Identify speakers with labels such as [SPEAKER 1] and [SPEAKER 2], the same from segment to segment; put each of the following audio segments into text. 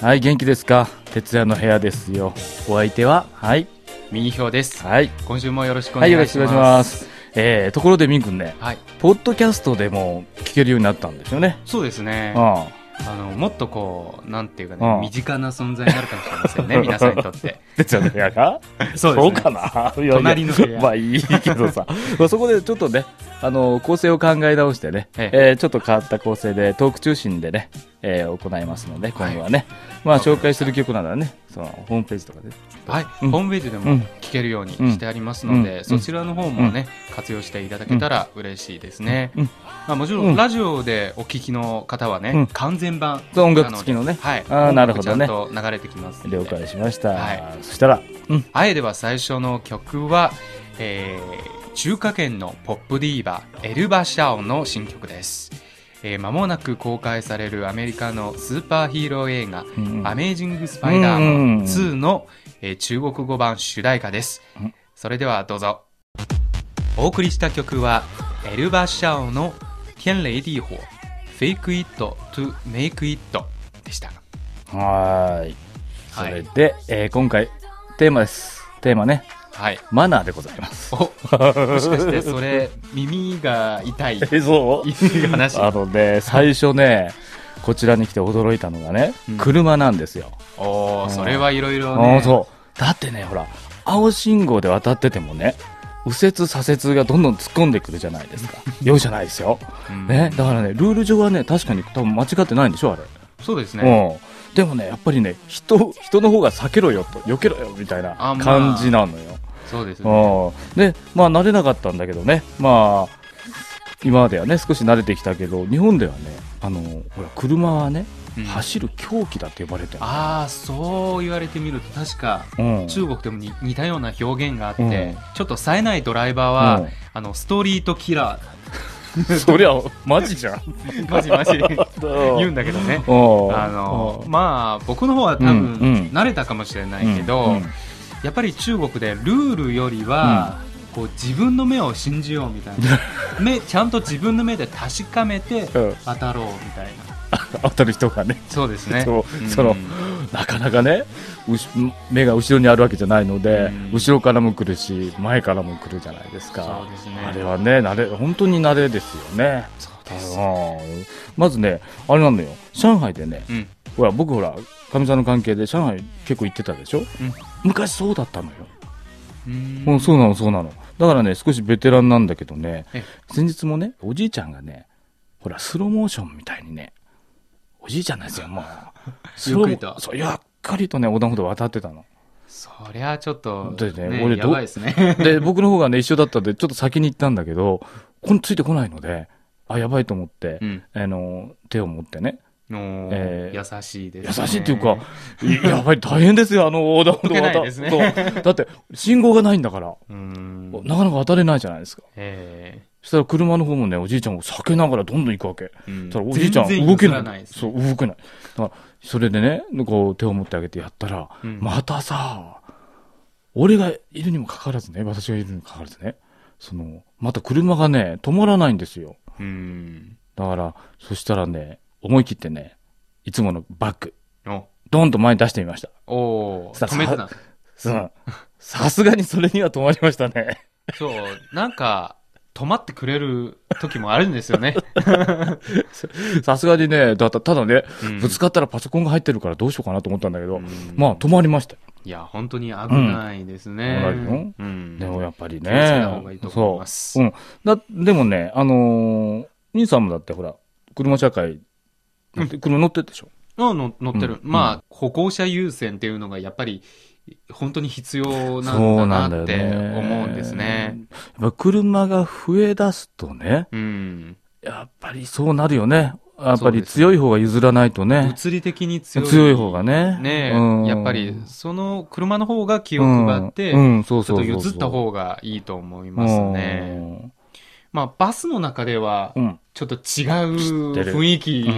[SPEAKER 1] はい、元気ですか徹夜の部屋ですよ。お相手ははい。
[SPEAKER 2] ミニ表です。
[SPEAKER 1] はい。
[SPEAKER 2] 今週もよろしくお
[SPEAKER 1] は
[SPEAKER 2] 願
[SPEAKER 1] い、よろ
[SPEAKER 2] い
[SPEAKER 1] しく
[SPEAKER 2] し
[SPEAKER 1] お願
[SPEAKER 2] ま
[SPEAKER 1] い
[SPEAKER 2] す。
[SPEAKER 1] します。えー、ところでみんくんね、
[SPEAKER 2] はい、
[SPEAKER 1] ポッドキャストでも聞けるようになったんですよね。
[SPEAKER 2] そうですね。あ
[SPEAKER 1] ああ。
[SPEAKER 2] の、もっとこう、なんていうか
[SPEAKER 1] うん
[SPEAKER 2] ね、身近な存在になるかもしれませんね、 皆さんにとって。
[SPEAKER 1] 徹夜の部屋が
[SPEAKER 2] そうですね。
[SPEAKER 1] かないやいや
[SPEAKER 2] 隣の部屋
[SPEAKER 1] まあいいけど さ。まあそこでちょっとね、あの、構成を考え直してね、
[SPEAKER 2] え
[SPEAKER 1] えーちょっと変わった構成でトーク中心でね、えー行いますので、今後はね。まあ紹介する曲ならね、その、ホームページとかで。
[SPEAKER 2] はい、
[SPEAKER 1] うん
[SPEAKER 2] ホームページで
[SPEAKER 1] う
[SPEAKER 2] も
[SPEAKER 1] ん
[SPEAKER 2] 聞けるようにしてありますので、
[SPEAKER 1] うん
[SPEAKER 2] そちらの方もね、活用していただけたら嬉しいですね。
[SPEAKER 1] うん
[SPEAKER 2] まあ、もちろん、
[SPEAKER 1] うん
[SPEAKER 2] ラジオでお聞きの方はね、
[SPEAKER 1] うん
[SPEAKER 2] 完全版
[SPEAKER 1] そう音楽付きのね
[SPEAKER 2] はい、
[SPEAKER 1] あーなるほどね
[SPEAKER 2] 音楽ちゃんと流れてきますので
[SPEAKER 1] 了解しました。
[SPEAKER 2] は
[SPEAKER 1] そしたら、うん。
[SPEAKER 2] はい、では最初の曲は、えー中華圏のポップディーバ、エルバ・シャオの新曲です。えー間もなく公開されるアメリカのスーパーヒーロー映画、
[SPEAKER 1] うん
[SPEAKER 2] アメージング・スパイダー
[SPEAKER 1] う
[SPEAKER 2] マ
[SPEAKER 1] ん
[SPEAKER 2] ン2の、えー中国語版主題歌です
[SPEAKER 1] うん。
[SPEAKER 2] それではどうぞ。お送りした曲は、エルバ・シャオの天雷地火、Fake It to Make It でした。
[SPEAKER 1] はーい。そ
[SPEAKER 2] はい
[SPEAKER 1] れで、えー今回、テーマです。テーマね、
[SPEAKER 2] はい。
[SPEAKER 1] マナーでございます。
[SPEAKER 2] お、もしか してそれ、耳が痛い。
[SPEAKER 1] え、そ
[SPEAKER 2] いい話。
[SPEAKER 1] あのね、最初ね、こちらに来て驚いたのがね、
[SPEAKER 2] うん
[SPEAKER 1] 車なんですよ。
[SPEAKER 2] お
[SPEAKER 1] う
[SPEAKER 2] お、
[SPEAKER 1] ん
[SPEAKER 2] それはいろいろ
[SPEAKER 1] あ
[SPEAKER 2] ね。
[SPEAKER 1] あ、そう。だってね、ほら、青信号で渡っててもね、右折左折がどんどん突っ込んでくるじゃない ですか。容赦ないですよ。
[SPEAKER 2] うん
[SPEAKER 1] ね、だからね、ルール上はね、確かに多分間違ってないんでしょ、あれ。
[SPEAKER 2] そうですね。
[SPEAKER 1] うん、でもねやっぱりね人人の方が避けろよと避けろよみたいな
[SPEAKER 2] あまあ
[SPEAKER 1] 感じなのよ、
[SPEAKER 2] そうですね。
[SPEAKER 1] うん、でまあ慣れなかったんだけどねまあ今まではね少し慣れてきたけど日本ではねあのほら車はね、
[SPEAKER 2] うん
[SPEAKER 1] 走る狂気だって呼ばれてる
[SPEAKER 2] ああ、そう言われてみると、確か。
[SPEAKER 1] うん
[SPEAKER 2] 中国でもに似たような表現があって、
[SPEAKER 1] うん
[SPEAKER 2] ちょっと冴えないドライバーは、
[SPEAKER 1] うん
[SPEAKER 2] あのストリートキラー
[SPEAKER 1] そりゃマジじゃん
[SPEAKER 2] マジ マジ言うん
[SPEAKER 1] だ
[SPEAKER 2] だけどね
[SPEAKER 1] うん
[SPEAKER 2] あのまあ僕の方は多分、
[SPEAKER 1] うんうん
[SPEAKER 2] 慣れたかもしれな
[SPEAKER 1] う
[SPEAKER 2] い
[SPEAKER 1] ん
[SPEAKER 2] けど、
[SPEAKER 1] うん
[SPEAKER 2] やっぱり中国でルールよりは、こう自分の目を信じようみたい な目ちゃんと自分の目で確かめて
[SPEAKER 1] うん
[SPEAKER 2] 当たろうみたいな
[SPEAKER 1] 当たる人がね
[SPEAKER 2] そうですね
[SPEAKER 1] そう
[SPEAKER 2] うん
[SPEAKER 1] そのなかなかねうし目が後ろにあるわけじゃないので、
[SPEAKER 2] うん
[SPEAKER 1] 後ろからも来るし前からも来るじゃないです
[SPEAKER 2] そ
[SPEAKER 1] か
[SPEAKER 2] うですね
[SPEAKER 1] あれはね慣れ本当に慣れですよね
[SPEAKER 2] そう
[SPEAKER 1] あ
[SPEAKER 2] です
[SPEAKER 1] のまずねあれなのよ上海でね
[SPEAKER 2] うん
[SPEAKER 1] ほら僕ほらかみさんの関係で上海結構行ってたでしょ、昔そうだったのよ、
[SPEAKER 2] うん
[SPEAKER 1] うん、そうなのそうなのだからね少しベテランなんだけどね
[SPEAKER 2] え
[SPEAKER 1] 先日もねおじいちゃんがねほらスローモーションみたいにねおじいちゃんなんですよ もうスローモ
[SPEAKER 2] ゆっくりと
[SPEAKER 1] そうゆっくりとね横断歩道渡ってたの
[SPEAKER 2] そりゃちょっと、
[SPEAKER 1] だってね
[SPEAKER 2] ね
[SPEAKER 1] 俺ど
[SPEAKER 2] やばいですね
[SPEAKER 1] で僕の方がね一緒だったんでちょっと先に行ったんだけどこんついてこないのであやばいと思って、
[SPEAKER 2] うん
[SPEAKER 1] あの手を持ってね
[SPEAKER 2] の、
[SPEAKER 1] えー
[SPEAKER 2] 優しいです、ね、
[SPEAKER 1] 優しいっていうか、いやばい大変ですよあの横断歩道
[SPEAKER 2] 解けない
[SPEAKER 1] 渡
[SPEAKER 2] ですね
[SPEAKER 1] そうだって信号がないんだから
[SPEAKER 2] うん
[SPEAKER 1] なかなか当たれないじゃないですか
[SPEAKER 2] え
[SPEAKER 1] そしたら車の方もねおじいちゃんを避けながらどんどん行くわけ
[SPEAKER 2] ーうん
[SPEAKER 1] そしたらおじいちゃん動け
[SPEAKER 2] 全然譲
[SPEAKER 1] ない
[SPEAKER 2] らないです
[SPEAKER 1] そ
[SPEAKER 2] ね
[SPEAKER 1] う動けないだからそれでねこう手を持ってあげてやったら、
[SPEAKER 2] うん
[SPEAKER 1] またさ俺がいるにもかかわらずね私がいるにもかかわらずねそのまた車がね止まらないんですよ
[SPEAKER 2] うん
[SPEAKER 1] だからそしたらね思い切ってねいつものバッグ
[SPEAKER 2] お
[SPEAKER 1] ドンと前に出してみました
[SPEAKER 2] おー
[SPEAKER 1] さ
[SPEAKER 2] 止めてた
[SPEAKER 1] ささすがにそれには止まりましたね
[SPEAKER 2] そうなんか止まってくれる時もあるんです よね、
[SPEAKER 1] さすがにねだったただね、
[SPEAKER 2] うん
[SPEAKER 1] ぶつかったらパソコンが入ってるからどうしようかなと思ったんだけど、
[SPEAKER 2] うん
[SPEAKER 1] まあ止まりましたよ
[SPEAKER 2] いや本当に危ないですね、
[SPEAKER 1] うん危ないよ
[SPEAKER 2] うん
[SPEAKER 1] でもやっぱり
[SPEAKER 2] 気をつけた方
[SPEAKER 1] ね
[SPEAKER 2] がいいと思い
[SPEAKER 1] そ
[SPEAKER 2] ま
[SPEAKER 1] う
[SPEAKER 2] す
[SPEAKER 1] うん。だ、でもね、あのー、兄さんもだってほら、車社会、だって車乗ってるでしょ。
[SPEAKER 2] あの乗ってる、
[SPEAKER 1] うん
[SPEAKER 2] まあ歩行者優先っていうのがやっぱり本当に必要なんだなって思うんですね
[SPEAKER 1] やっぱ車が増え出すとね、
[SPEAKER 2] うん
[SPEAKER 1] やっぱりそうなるよね。やっ
[SPEAKER 2] そ
[SPEAKER 1] ぱ
[SPEAKER 2] うです
[SPEAKER 1] り
[SPEAKER 2] ね
[SPEAKER 1] 強い方が譲らないとね。
[SPEAKER 2] 物理的に強い
[SPEAKER 1] 強い方がね。
[SPEAKER 2] ね
[SPEAKER 1] うん
[SPEAKER 2] やっぱりその車の方が気を配って、
[SPEAKER 1] うんうんそう
[SPEAKER 2] ちょ
[SPEAKER 1] そ
[SPEAKER 2] っ
[SPEAKER 1] う
[SPEAKER 2] と
[SPEAKER 1] そうそう
[SPEAKER 2] 譲った方がいいと思いますね。まあ、バスの中では
[SPEAKER 1] う、ん。
[SPEAKER 2] ちょっと違う
[SPEAKER 1] 知ってる
[SPEAKER 2] 雰囲気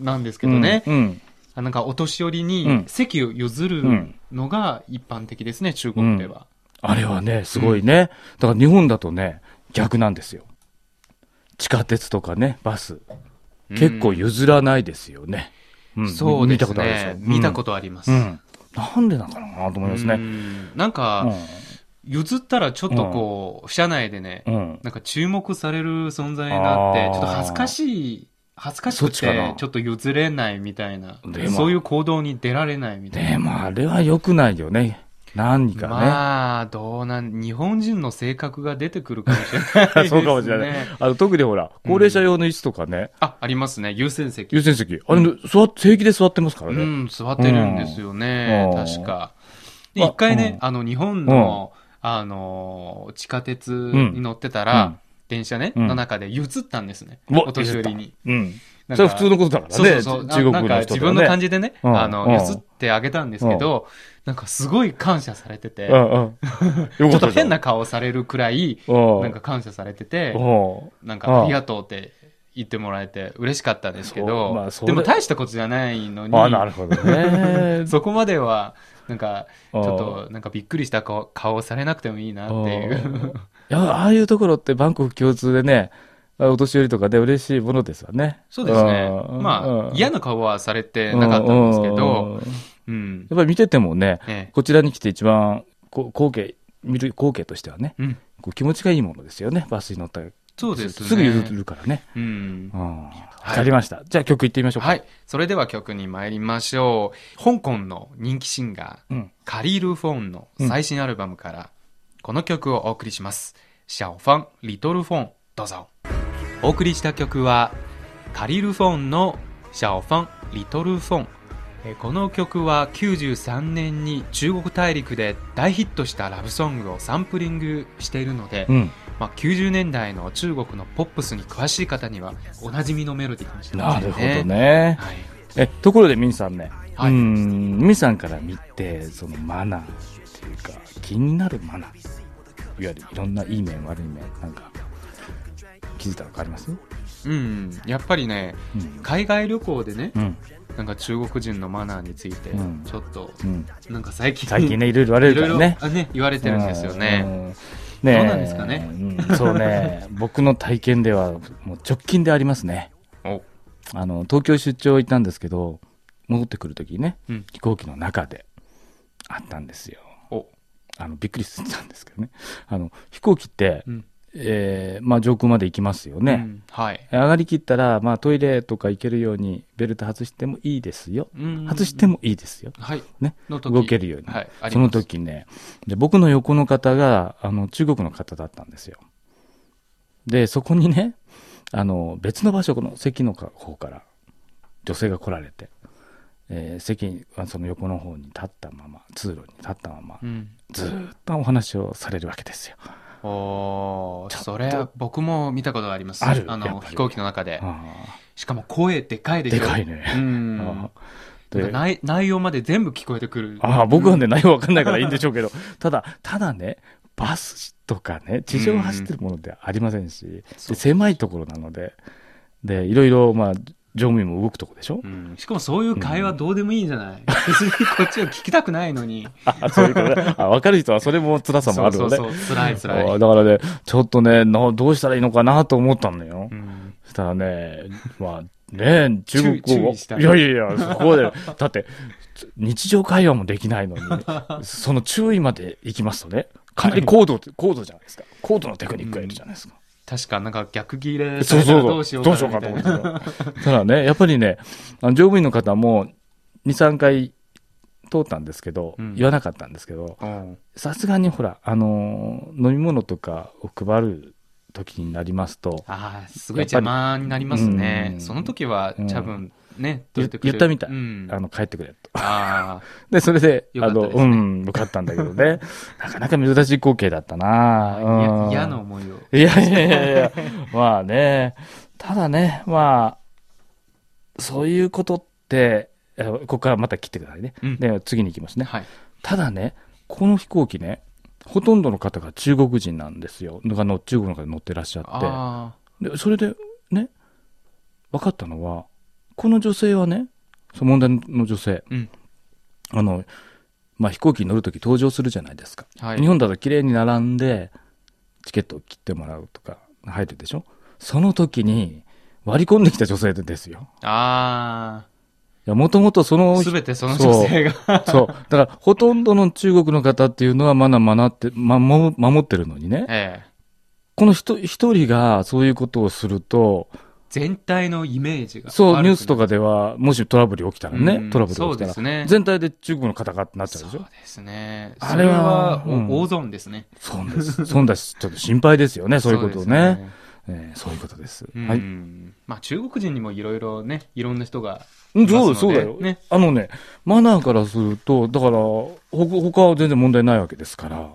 [SPEAKER 2] なんですけどね。
[SPEAKER 1] うん。
[SPEAKER 2] あなんかお年寄り
[SPEAKER 1] う
[SPEAKER 2] に
[SPEAKER 1] ん
[SPEAKER 2] 席を譲るのが一般的ですね、中国では。
[SPEAKER 1] あれはね、すごいね。だから日本だとね、逆なんですよ。地下鉄とかね、バス。結構
[SPEAKER 2] うん
[SPEAKER 1] 譲らないですよね。うん、
[SPEAKER 2] そうで
[SPEAKER 1] 見
[SPEAKER 2] すね。
[SPEAKER 1] たことあるでしょ。
[SPEAKER 2] 見たことあります。
[SPEAKER 1] うんうんなんでなのかなと思います
[SPEAKER 2] う
[SPEAKER 1] ね。
[SPEAKER 2] んなんか、譲ったらちょっとこう、社内でね、
[SPEAKER 1] うん。うん。
[SPEAKER 2] なんか注目される存在になって
[SPEAKER 1] あ、ー
[SPEAKER 2] ちょっと恥ずかしい、恥ずかし
[SPEAKER 1] そ
[SPEAKER 2] く
[SPEAKER 1] っちか
[SPEAKER 2] て
[SPEAKER 1] な、
[SPEAKER 2] ちょっと譲れないみたいな
[SPEAKER 1] で、も
[SPEAKER 2] そういう行動に出られないみたいな。
[SPEAKER 1] でも、あれは良くないよね。何かね。
[SPEAKER 2] まあ、どうなん、日本人の性格が出てくるかもしれないです、
[SPEAKER 1] そ
[SPEAKER 2] ね。。
[SPEAKER 1] うかもしれないあの特にほら、高齢者用の椅子とかね、
[SPEAKER 2] あ、ありますね。優先席。
[SPEAKER 1] 優先席、あれ、座っ平気で座ってますから
[SPEAKER 2] う
[SPEAKER 1] ね。
[SPEAKER 2] ん、座ってるんですよね。
[SPEAKER 1] うん
[SPEAKER 2] 確か。で、
[SPEAKER 1] まあ
[SPEAKER 2] 一回ね、あの、日本の、あのー、地下鉄に乗ってたら、
[SPEAKER 1] うん
[SPEAKER 2] 電車ね、
[SPEAKER 1] うん
[SPEAKER 2] の中で譲ったんですね。
[SPEAKER 1] うわ
[SPEAKER 2] お年寄りに。
[SPEAKER 1] うん。
[SPEAKER 2] なん
[SPEAKER 1] それは
[SPEAKER 2] か
[SPEAKER 1] 普通のことだからね、
[SPEAKER 2] そうそうそう。
[SPEAKER 1] 中国の人と
[SPEAKER 2] なん
[SPEAKER 1] か
[SPEAKER 2] か
[SPEAKER 1] ね。
[SPEAKER 2] 自分の感じでね、
[SPEAKER 1] うん
[SPEAKER 2] あ
[SPEAKER 1] うん
[SPEAKER 2] の、譲ってあげたんですけど、なんかすごい感謝されてて、
[SPEAKER 1] うんうん。ち
[SPEAKER 2] ち
[SPEAKER 1] ょ
[SPEAKER 2] ょっと変な顔されるくらい、
[SPEAKER 1] うん、
[SPEAKER 2] なんか感謝されてて
[SPEAKER 1] う、ん、
[SPEAKER 2] な
[SPEAKER 1] う
[SPEAKER 2] ん
[SPEAKER 1] ん
[SPEAKER 2] かありがとうって言ってもらえて嬉しかったですけ
[SPEAKER 1] そう
[SPEAKER 2] ど、
[SPEAKER 1] まあそれ
[SPEAKER 2] でも大したことじゃないの
[SPEAKER 1] あ、な
[SPEAKER 2] に、
[SPEAKER 1] るほどね。
[SPEAKER 2] そこまでは、なんか、ち
[SPEAKER 1] うん
[SPEAKER 2] ょっと、なんかびっくりした顔顔されなくてもいいなってい
[SPEAKER 1] うん
[SPEAKER 2] う。
[SPEAKER 1] いや、ああいうところってバンコク共通でね、あお年寄りとかで嬉しいものですよね。
[SPEAKER 2] そうですね。まあ、嫌
[SPEAKER 1] な
[SPEAKER 2] な顔はされてなかったんですけど、
[SPEAKER 1] や
[SPEAKER 2] うん。
[SPEAKER 1] っぱり見ててもね、
[SPEAKER 2] ね
[SPEAKER 1] こちらに来て一番こ光景、見る光景としてはね、
[SPEAKER 2] うん。
[SPEAKER 1] こう気持ちがいいものですよね、バスに乗ったら。
[SPEAKER 2] そうですね。
[SPEAKER 1] ぐ譲るからね。
[SPEAKER 2] うん
[SPEAKER 1] う。ん。わかりました。じゃあ曲いってみましょうか。
[SPEAKER 2] はい。それでは曲に参りましょう。香港の人気シンガ
[SPEAKER 1] う
[SPEAKER 2] ー、
[SPEAKER 1] ん
[SPEAKER 2] カリル・フォンの最新アルバムから、この曲をお送りします。シャオファン、リトル・フォン、どうぞ。お送りした曲は、カリル・フォンのシャオファン、リトル・フォン。えーこの曲は93年に中国大陸で大ヒットしたラブソングをサンプリングしているので、
[SPEAKER 1] うん。
[SPEAKER 2] まあ、90年代の中国のポップスに詳しい方にはおなじみのメロディーかもしれ
[SPEAKER 1] な
[SPEAKER 2] ません
[SPEAKER 1] る
[SPEAKER 2] ね。
[SPEAKER 1] ほどね。
[SPEAKER 2] はい。
[SPEAKER 1] え、ところでミンさんね、
[SPEAKER 2] はい
[SPEAKER 1] うん、ミンさんから見て、そのマナーっていうか、気になるマナー。いわゆるいろんないい面、悪い面、なんか、気づいたのかあります
[SPEAKER 2] うん、やっぱりね、
[SPEAKER 1] うん。
[SPEAKER 2] 海外旅行でね、
[SPEAKER 1] うん。
[SPEAKER 2] なんか中国人のマナーについて
[SPEAKER 1] うん、
[SPEAKER 2] ちょっと、
[SPEAKER 1] うん。
[SPEAKER 2] なんか最近、
[SPEAKER 1] 最近ね、いろいろ言われ
[SPEAKER 2] い
[SPEAKER 1] るか
[SPEAKER 2] ろい
[SPEAKER 1] ら
[SPEAKER 2] ろ、
[SPEAKER 1] ね。
[SPEAKER 2] あね、言われてるんですよ
[SPEAKER 1] う
[SPEAKER 2] ね。
[SPEAKER 1] ん。ねえ
[SPEAKER 2] どうなんですかね
[SPEAKER 1] うんそうね。僕の体験では、もう直近でありますね。
[SPEAKER 2] お
[SPEAKER 1] あの東京出張行ったんですけど戻ってくる時にね、
[SPEAKER 2] うん
[SPEAKER 1] 飛行機の中であったんですよ
[SPEAKER 2] お
[SPEAKER 1] あのびっくりしたんですけどねあの飛行機って、
[SPEAKER 2] うん
[SPEAKER 1] えーまあ、上空まで行きますよ
[SPEAKER 2] う
[SPEAKER 1] ね、
[SPEAKER 2] んはい。
[SPEAKER 1] 上がりきったら、まあ、トイレとか行けるようにベルト外してもいいですよ
[SPEAKER 2] うん
[SPEAKER 1] 外して、もいいですよ、
[SPEAKER 2] はい。
[SPEAKER 1] ね、
[SPEAKER 2] の時
[SPEAKER 1] 動けるように、
[SPEAKER 2] はい。あり
[SPEAKER 1] その
[SPEAKER 2] ます。
[SPEAKER 1] 時ねで僕の横の方があの中国の方だったんですよでそこにねあの別の場所の席の方から女性が来られて、えー席にあその横の方に立ったまま通路に立ったまま
[SPEAKER 2] うん。
[SPEAKER 1] ずーっとお話をされるわけですよ、
[SPEAKER 2] おー
[SPEAKER 1] ちょっと
[SPEAKER 2] それ、僕も見たことがあります。
[SPEAKER 1] あるやっ
[SPEAKER 2] の、
[SPEAKER 1] ぱり
[SPEAKER 2] 飛行機の中で。
[SPEAKER 1] あ
[SPEAKER 2] しかも声でかい
[SPEAKER 1] ー
[SPEAKER 2] でし
[SPEAKER 1] で
[SPEAKER 2] ょ。
[SPEAKER 1] かいうね、
[SPEAKER 2] ん。
[SPEAKER 1] あー
[SPEAKER 2] なんか
[SPEAKER 1] で
[SPEAKER 2] 内内容まで全部聞こえてくる。
[SPEAKER 1] ああ僕はね内容わかんないからいいんでしょうけどただただねバスとかね地上を走ってるものではありませんし、
[SPEAKER 2] そ
[SPEAKER 1] で
[SPEAKER 2] う
[SPEAKER 1] 狭いところなのででいろいろ、まあ、乗務員も動くとこでしょ、
[SPEAKER 2] うんしかもそういう会話どうでもいいんじゃ ない、別にこっちは聞きたくないのに。
[SPEAKER 1] あそういうこと ねあ分かる人はそれも辛さもあるので、
[SPEAKER 2] そうそうそう、辛い辛
[SPEAKER 1] あだ
[SPEAKER 2] い。
[SPEAKER 1] からねちょっとねなどうしたらいいのかなと思ったのよ、
[SPEAKER 2] うん
[SPEAKER 1] そしたらねまあね中国
[SPEAKER 2] 注
[SPEAKER 1] 語
[SPEAKER 2] 注意した
[SPEAKER 1] いやいやいやそこでだって日常会話もできないのに その注意まで行きますとねかなり高度高度じゃないですか高度のテクニックがいるじゃないですか、
[SPEAKER 2] 確かなんか逆切れさ
[SPEAKER 1] そう
[SPEAKER 2] れた
[SPEAKER 1] そう
[SPEAKER 2] ら
[SPEAKER 1] そう。
[SPEAKER 2] どうしようかなみたいな。
[SPEAKER 1] と思ってた。ただね、やっぱりね、あの乗務員の方も、2、3回通ったんですけど、
[SPEAKER 2] うん
[SPEAKER 1] 言わなかったんですけど、
[SPEAKER 2] うん
[SPEAKER 1] さすがにほら、あのー飲み物とかを配る時になりますと、
[SPEAKER 2] ああ、すごい邪魔になります
[SPEAKER 1] やっぱりう
[SPEAKER 2] ね。
[SPEAKER 1] ん
[SPEAKER 2] その時は多分ね、
[SPEAKER 1] 言
[SPEAKER 2] どうてくれ
[SPEAKER 1] 言っ
[SPEAKER 2] る
[SPEAKER 1] たみたい
[SPEAKER 2] うん
[SPEAKER 1] あの、帰ってくれと。
[SPEAKER 2] あ
[SPEAKER 1] で、それで、
[SPEAKER 2] よか
[SPEAKER 1] あ
[SPEAKER 2] った
[SPEAKER 1] の、
[SPEAKER 2] ですね
[SPEAKER 1] うん、よかったんだけど ね。なかなか珍しい光景だった
[SPEAKER 2] あ、
[SPEAKER 1] なうん
[SPEAKER 2] いや嫌な思いを。
[SPEAKER 1] いやいやいやいや、まあね、ただね、まあ、そういうことって、えここからまた切ってくださいね。
[SPEAKER 2] うん
[SPEAKER 1] で、次に行きますね。
[SPEAKER 2] はい。
[SPEAKER 1] ただね、この飛行機ね、ほとんどの方が中国人なんですよ。あの中国の方で乗ってらっしゃ
[SPEAKER 2] あ
[SPEAKER 1] って。で、それで、ね、分かったのは、この女性はね、その問題の女性、
[SPEAKER 2] うん
[SPEAKER 1] あの、まあ、飛行機に乗るとき登場するじゃないですか。
[SPEAKER 2] あ、はい。
[SPEAKER 1] 日本だと綺麗に並んでチケットを切ってもらうとか入るでしょその時に割り込んできた女性ですよ
[SPEAKER 2] ああ、
[SPEAKER 1] や、もともとその
[SPEAKER 2] すべてその女性が。
[SPEAKER 1] そう。だから、ほとんどの中国の方っていうのはまだ学って、ま、守守ってるのにね。
[SPEAKER 2] ええ。
[SPEAKER 1] この人、一人がそういうことをすると、
[SPEAKER 2] 全体のイメージが悪くなる。
[SPEAKER 1] そう、ニュースとかでは、もしトラブル起きたら
[SPEAKER 2] う
[SPEAKER 1] ね
[SPEAKER 2] ん、
[SPEAKER 1] トラブル
[SPEAKER 2] そう
[SPEAKER 1] 起きた
[SPEAKER 2] で
[SPEAKER 1] ら、
[SPEAKER 2] すね。
[SPEAKER 1] 全体で中国の方がってなっちゃう
[SPEAKER 2] そ
[SPEAKER 1] で
[SPEAKER 2] う
[SPEAKER 1] しょ
[SPEAKER 2] ですね。
[SPEAKER 1] あ
[SPEAKER 2] そ
[SPEAKER 1] れ
[SPEAKER 2] れ
[SPEAKER 1] は
[SPEAKER 2] は、
[SPEAKER 1] うん
[SPEAKER 2] お大ゾーンですね。
[SPEAKER 1] そうです。そんだし、ちょっと心配ですよ ね、そういうことをね。ええそういうことです。
[SPEAKER 2] そうですね。
[SPEAKER 1] は
[SPEAKER 2] う
[SPEAKER 1] い。
[SPEAKER 2] んまあ中国人にもいろいろね、いろんな人が
[SPEAKER 1] うん
[SPEAKER 2] います
[SPEAKER 1] そ
[SPEAKER 2] の
[SPEAKER 1] う
[SPEAKER 2] で
[SPEAKER 1] そうだよ、
[SPEAKER 2] ね
[SPEAKER 1] あのね、マナーからすると、だから、ほ、他は全然問題ないわけですから、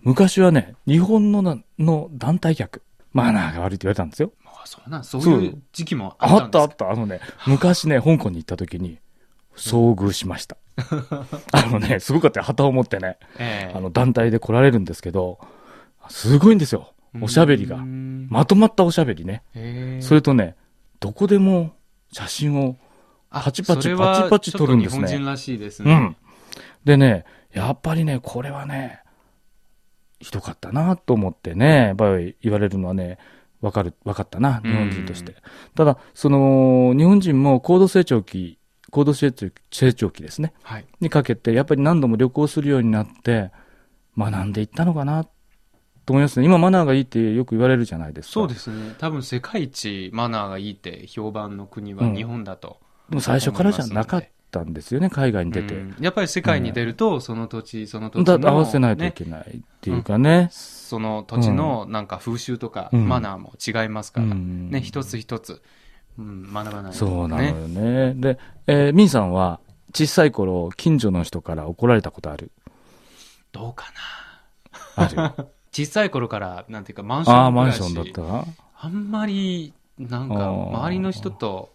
[SPEAKER 1] 昔はね、日本のな、の団体客、マナーが悪いって言われたんですよ。
[SPEAKER 2] あそうなんそうい
[SPEAKER 1] そう
[SPEAKER 2] 時期もあ
[SPEAKER 1] あ
[SPEAKER 2] った
[SPEAKER 1] った
[SPEAKER 2] んで
[SPEAKER 1] あ
[SPEAKER 2] す
[SPEAKER 1] った、あのね、昔ね、香港に行った時に、遭遇しま した。あのね、すごかったよ、旗を持ってね、
[SPEAKER 2] ええ
[SPEAKER 1] あの、団体で来られるんですけど、すごいんですよ、おしゃべり
[SPEAKER 2] う
[SPEAKER 1] が。
[SPEAKER 2] ん
[SPEAKER 1] まとまったおしゃべりね。
[SPEAKER 2] ええ
[SPEAKER 1] それとね、どこでも写真を
[SPEAKER 2] あ
[SPEAKER 1] パチパチ
[SPEAKER 2] それは
[SPEAKER 1] パチパチ撮るんですね
[SPEAKER 2] ちょっと日本人らしいです
[SPEAKER 1] う
[SPEAKER 2] ね。
[SPEAKER 1] ん。でね、やっぱりね、これはね、ひどかったなと思ってね、やっぱり言われるのはね、わかる、わかったな、
[SPEAKER 2] うん
[SPEAKER 1] 日本人として。ただ、その、日本人も高度成長期、高度成長成長期ですね、
[SPEAKER 2] はい。
[SPEAKER 1] にかけて、やっぱり何度も旅行するようになって、学んでいったのかな、と思いますね。今、マナーがいいってよく言われるじゃないですか。
[SPEAKER 2] そうですね。多分世界一マナーがいいって評判の国は日本だと。
[SPEAKER 1] でも最初からじゃなかったんですよね、海外に出て。
[SPEAKER 2] うんやっぱり世界に出ると、その土地、その土地
[SPEAKER 1] だ
[SPEAKER 2] の、
[SPEAKER 1] 合わせないとい
[SPEAKER 2] ね、
[SPEAKER 1] けないっていうかね。
[SPEAKER 2] その土地のなんか風習とか、
[SPEAKER 1] うん
[SPEAKER 2] マナーも違いますから、
[SPEAKER 1] うん
[SPEAKER 2] ね、一つ一つ、うん、学ばないと、ね。
[SPEAKER 1] そうなのよね。で、えーミンさんは小さい頃、近所の人から怒られたことある
[SPEAKER 2] どうかな。
[SPEAKER 1] ある あ
[SPEAKER 2] 小さい頃から、なんていうか、マンショ
[SPEAKER 1] あー、
[SPEAKER 2] ン暮
[SPEAKER 1] マン
[SPEAKER 2] ら
[SPEAKER 1] シ
[SPEAKER 2] し
[SPEAKER 1] ョンだったな
[SPEAKER 2] あんまり、なん
[SPEAKER 1] あ
[SPEAKER 2] か、
[SPEAKER 1] ー
[SPEAKER 2] 周りの人と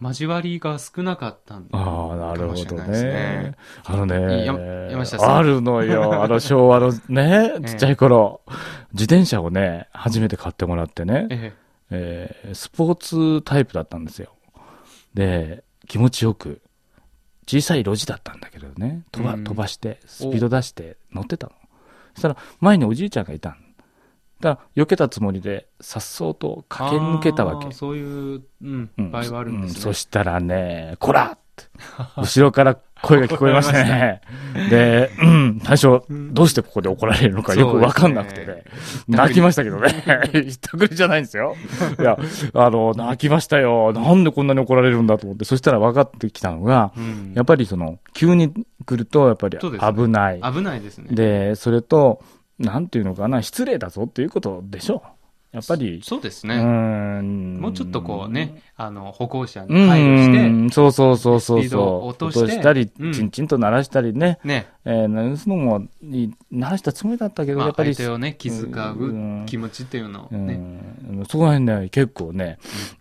[SPEAKER 2] 交わりが少なかったんだ
[SPEAKER 1] ああ、な
[SPEAKER 2] か
[SPEAKER 1] るほ
[SPEAKER 2] もしれ
[SPEAKER 1] ど
[SPEAKER 2] ないです
[SPEAKER 1] ね
[SPEAKER 2] ね。。
[SPEAKER 1] あの
[SPEAKER 2] い
[SPEAKER 1] ね
[SPEAKER 2] や山下、さん
[SPEAKER 1] あるの よ。あの昭和のね、ちっちゃい頃、自転車をね、初めて買ってもらってね、
[SPEAKER 2] え
[SPEAKER 1] えースポーツタイプだったんですよ。で、気持ちよく、小さい路地だったんだけどね、飛ば
[SPEAKER 2] うん
[SPEAKER 1] 飛ばして、スピード出して乗ってたの。そしたら、前におじいちゃんがいたの。だから、避けたつもりで、さっそうと
[SPEAKER 2] え
[SPEAKER 1] 駆け抜けたわけ
[SPEAKER 2] あー。そういう、うん
[SPEAKER 1] うん、
[SPEAKER 2] 場合はあるんですね。
[SPEAKER 1] うそしたらね、こらって、後ろから声が聞こえましたね。で、うん、最初、
[SPEAKER 2] うん
[SPEAKER 1] どうしてここで怒られるのかよくわかんなくて
[SPEAKER 2] そう
[SPEAKER 1] ね
[SPEAKER 2] で。
[SPEAKER 1] 泣きましたけど ね。ひったくりじゃないんですよ。いや、あの、泣きましたよ。なんでこんなに怒られるんだと思って。そしたら分かってきたのが、
[SPEAKER 2] うん
[SPEAKER 1] やっぱりその、急に来ると、やっぱり
[SPEAKER 2] そうですね
[SPEAKER 1] 危ない。
[SPEAKER 2] 危ないですね。
[SPEAKER 1] で、それと、なんていうのかな、失礼だぞっていうことでしょう。やっぱり、
[SPEAKER 2] そうです
[SPEAKER 1] うー
[SPEAKER 2] ね。
[SPEAKER 1] ん
[SPEAKER 2] もうちょっとこうね、あの、歩行者
[SPEAKER 1] う
[SPEAKER 2] に
[SPEAKER 1] ん
[SPEAKER 2] 配慮して、
[SPEAKER 1] そうそうそうそうそう。
[SPEAKER 2] スピードを落として
[SPEAKER 1] たり、
[SPEAKER 2] うん
[SPEAKER 1] チンチンと鳴らしたりね。
[SPEAKER 2] ね、
[SPEAKER 1] えー、盗むのもに鳴らしたつもりだったけど、
[SPEAKER 2] ま
[SPEAKER 1] や
[SPEAKER 2] あ
[SPEAKER 1] っ、ぱり
[SPEAKER 2] 相、手をね、気遣
[SPEAKER 1] うん
[SPEAKER 2] う気持ちっていうのを
[SPEAKER 1] う
[SPEAKER 2] ね。
[SPEAKER 1] ん、そこら辺ね、結構ね、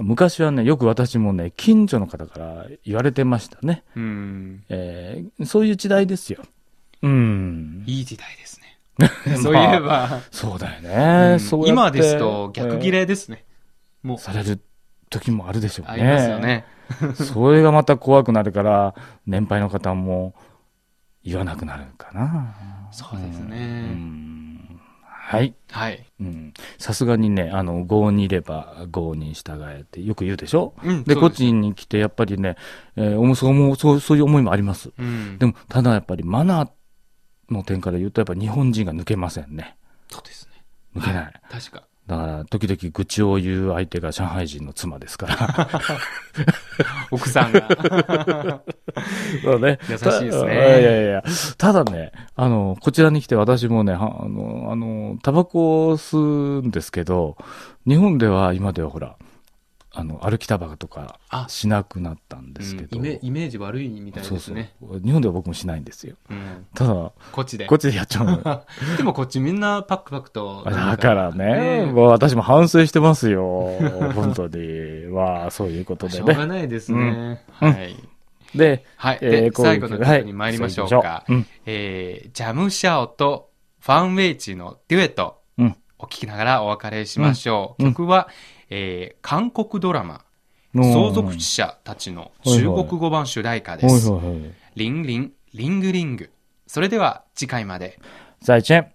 [SPEAKER 1] 昔はね、よく私もね、近所の方から言われてましたね。
[SPEAKER 2] うん。
[SPEAKER 1] えーそういう時代ですよ。うん。
[SPEAKER 2] いい時代で すね。そういえば、
[SPEAKER 1] そうだよね。
[SPEAKER 2] うん
[SPEAKER 1] そうや
[SPEAKER 2] 今
[SPEAKER 1] って
[SPEAKER 2] ですと逆切、れですね。も
[SPEAKER 1] えー
[SPEAKER 2] う、
[SPEAKER 1] される時もあるでしょうね。
[SPEAKER 2] ありますよね。
[SPEAKER 1] それがまた怖くなるから、年配の方も言わなくなるかな。
[SPEAKER 2] そうです
[SPEAKER 1] う
[SPEAKER 2] ね。
[SPEAKER 1] んはい。
[SPEAKER 2] はい。
[SPEAKER 1] うんさすがにね、あの、郷にいれば郷に従えってよく言うでしょ
[SPEAKER 2] うん
[SPEAKER 1] で、
[SPEAKER 2] そう
[SPEAKER 1] こっ
[SPEAKER 2] す
[SPEAKER 1] ちに来てやっぱりね、えー、重そう思う、そう、そういう思いもあります。
[SPEAKER 2] うん
[SPEAKER 1] でも、ただやっぱりマナーの点から言うと、やっぱ日本人が抜けませんね。
[SPEAKER 2] そうですね。
[SPEAKER 1] 抜けない。
[SPEAKER 2] 確か。
[SPEAKER 1] だから、時々愚痴を言う相手が上海人の妻ですから。
[SPEAKER 2] 奥 さんが。
[SPEAKER 1] そうね。
[SPEAKER 2] 優しいですね
[SPEAKER 1] たいやいやいや。ただね、あの、こちらに来て私もね、はあの、あの、タバコを吸うんですけど、日本では今ではほら、あの、歩きタバコとか
[SPEAKER 2] あ
[SPEAKER 1] しなくなったんですけど。
[SPEAKER 2] イメイメージ悪いみたい
[SPEAKER 1] そう
[SPEAKER 2] です
[SPEAKER 1] そう
[SPEAKER 2] ね。。
[SPEAKER 1] 日本では僕もしないんですよ。
[SPEAKER 2] うん
[SPEAKER 1] ただ、
[SPEAKER 2] こっちで
[SPEAKER 1] こ。っちでやっちゃうのよ。
[SPEAKER 2] でもこっちみんなパックパクと。
[SPEAKER 1] だからね、
[SPEAKER 2] ね
[SPEAKER 1] もう私も反省してますよ。本当に。まあ、そういうこと
[SPEAKER 2] し
[SPEAKER 1] で
[SPEAKER 2] ょう
[SPEAKER 1] ね
[SPEAKER 2] が。ないですね。
[SPEAKER 1] うん
[SPEAKER 2] はい。
[SPEAKER 1] で、
[SPEAKER 2] はい。
[SPEAKER 1] え
[SPEAKER 2] で
[SPEAKER 1] ー、こういう
[SPEAKER 2] 最後の曲に参りましょうか
[SPEAKER 1] は。い
[SPEAKER 2] えージャムシャオとファンウェイチのデュエット
[SPEAKER 1] うん
[SPEAKER 2] を聴きながらお別れしましょう。
[SPEAKER 1] うんうん
[SPEAKER 2] 曲は、えー韓国ドラマ、
[SPEAKER 1] うん
[SPEAKER 2] 相続者たちの中国語版主題歌です。
[SPEAKER 1] はいはいはい
[SPEAKER 2] リンリン、リングリング。それでは次回まで。
[SPEAKER 1] 再见。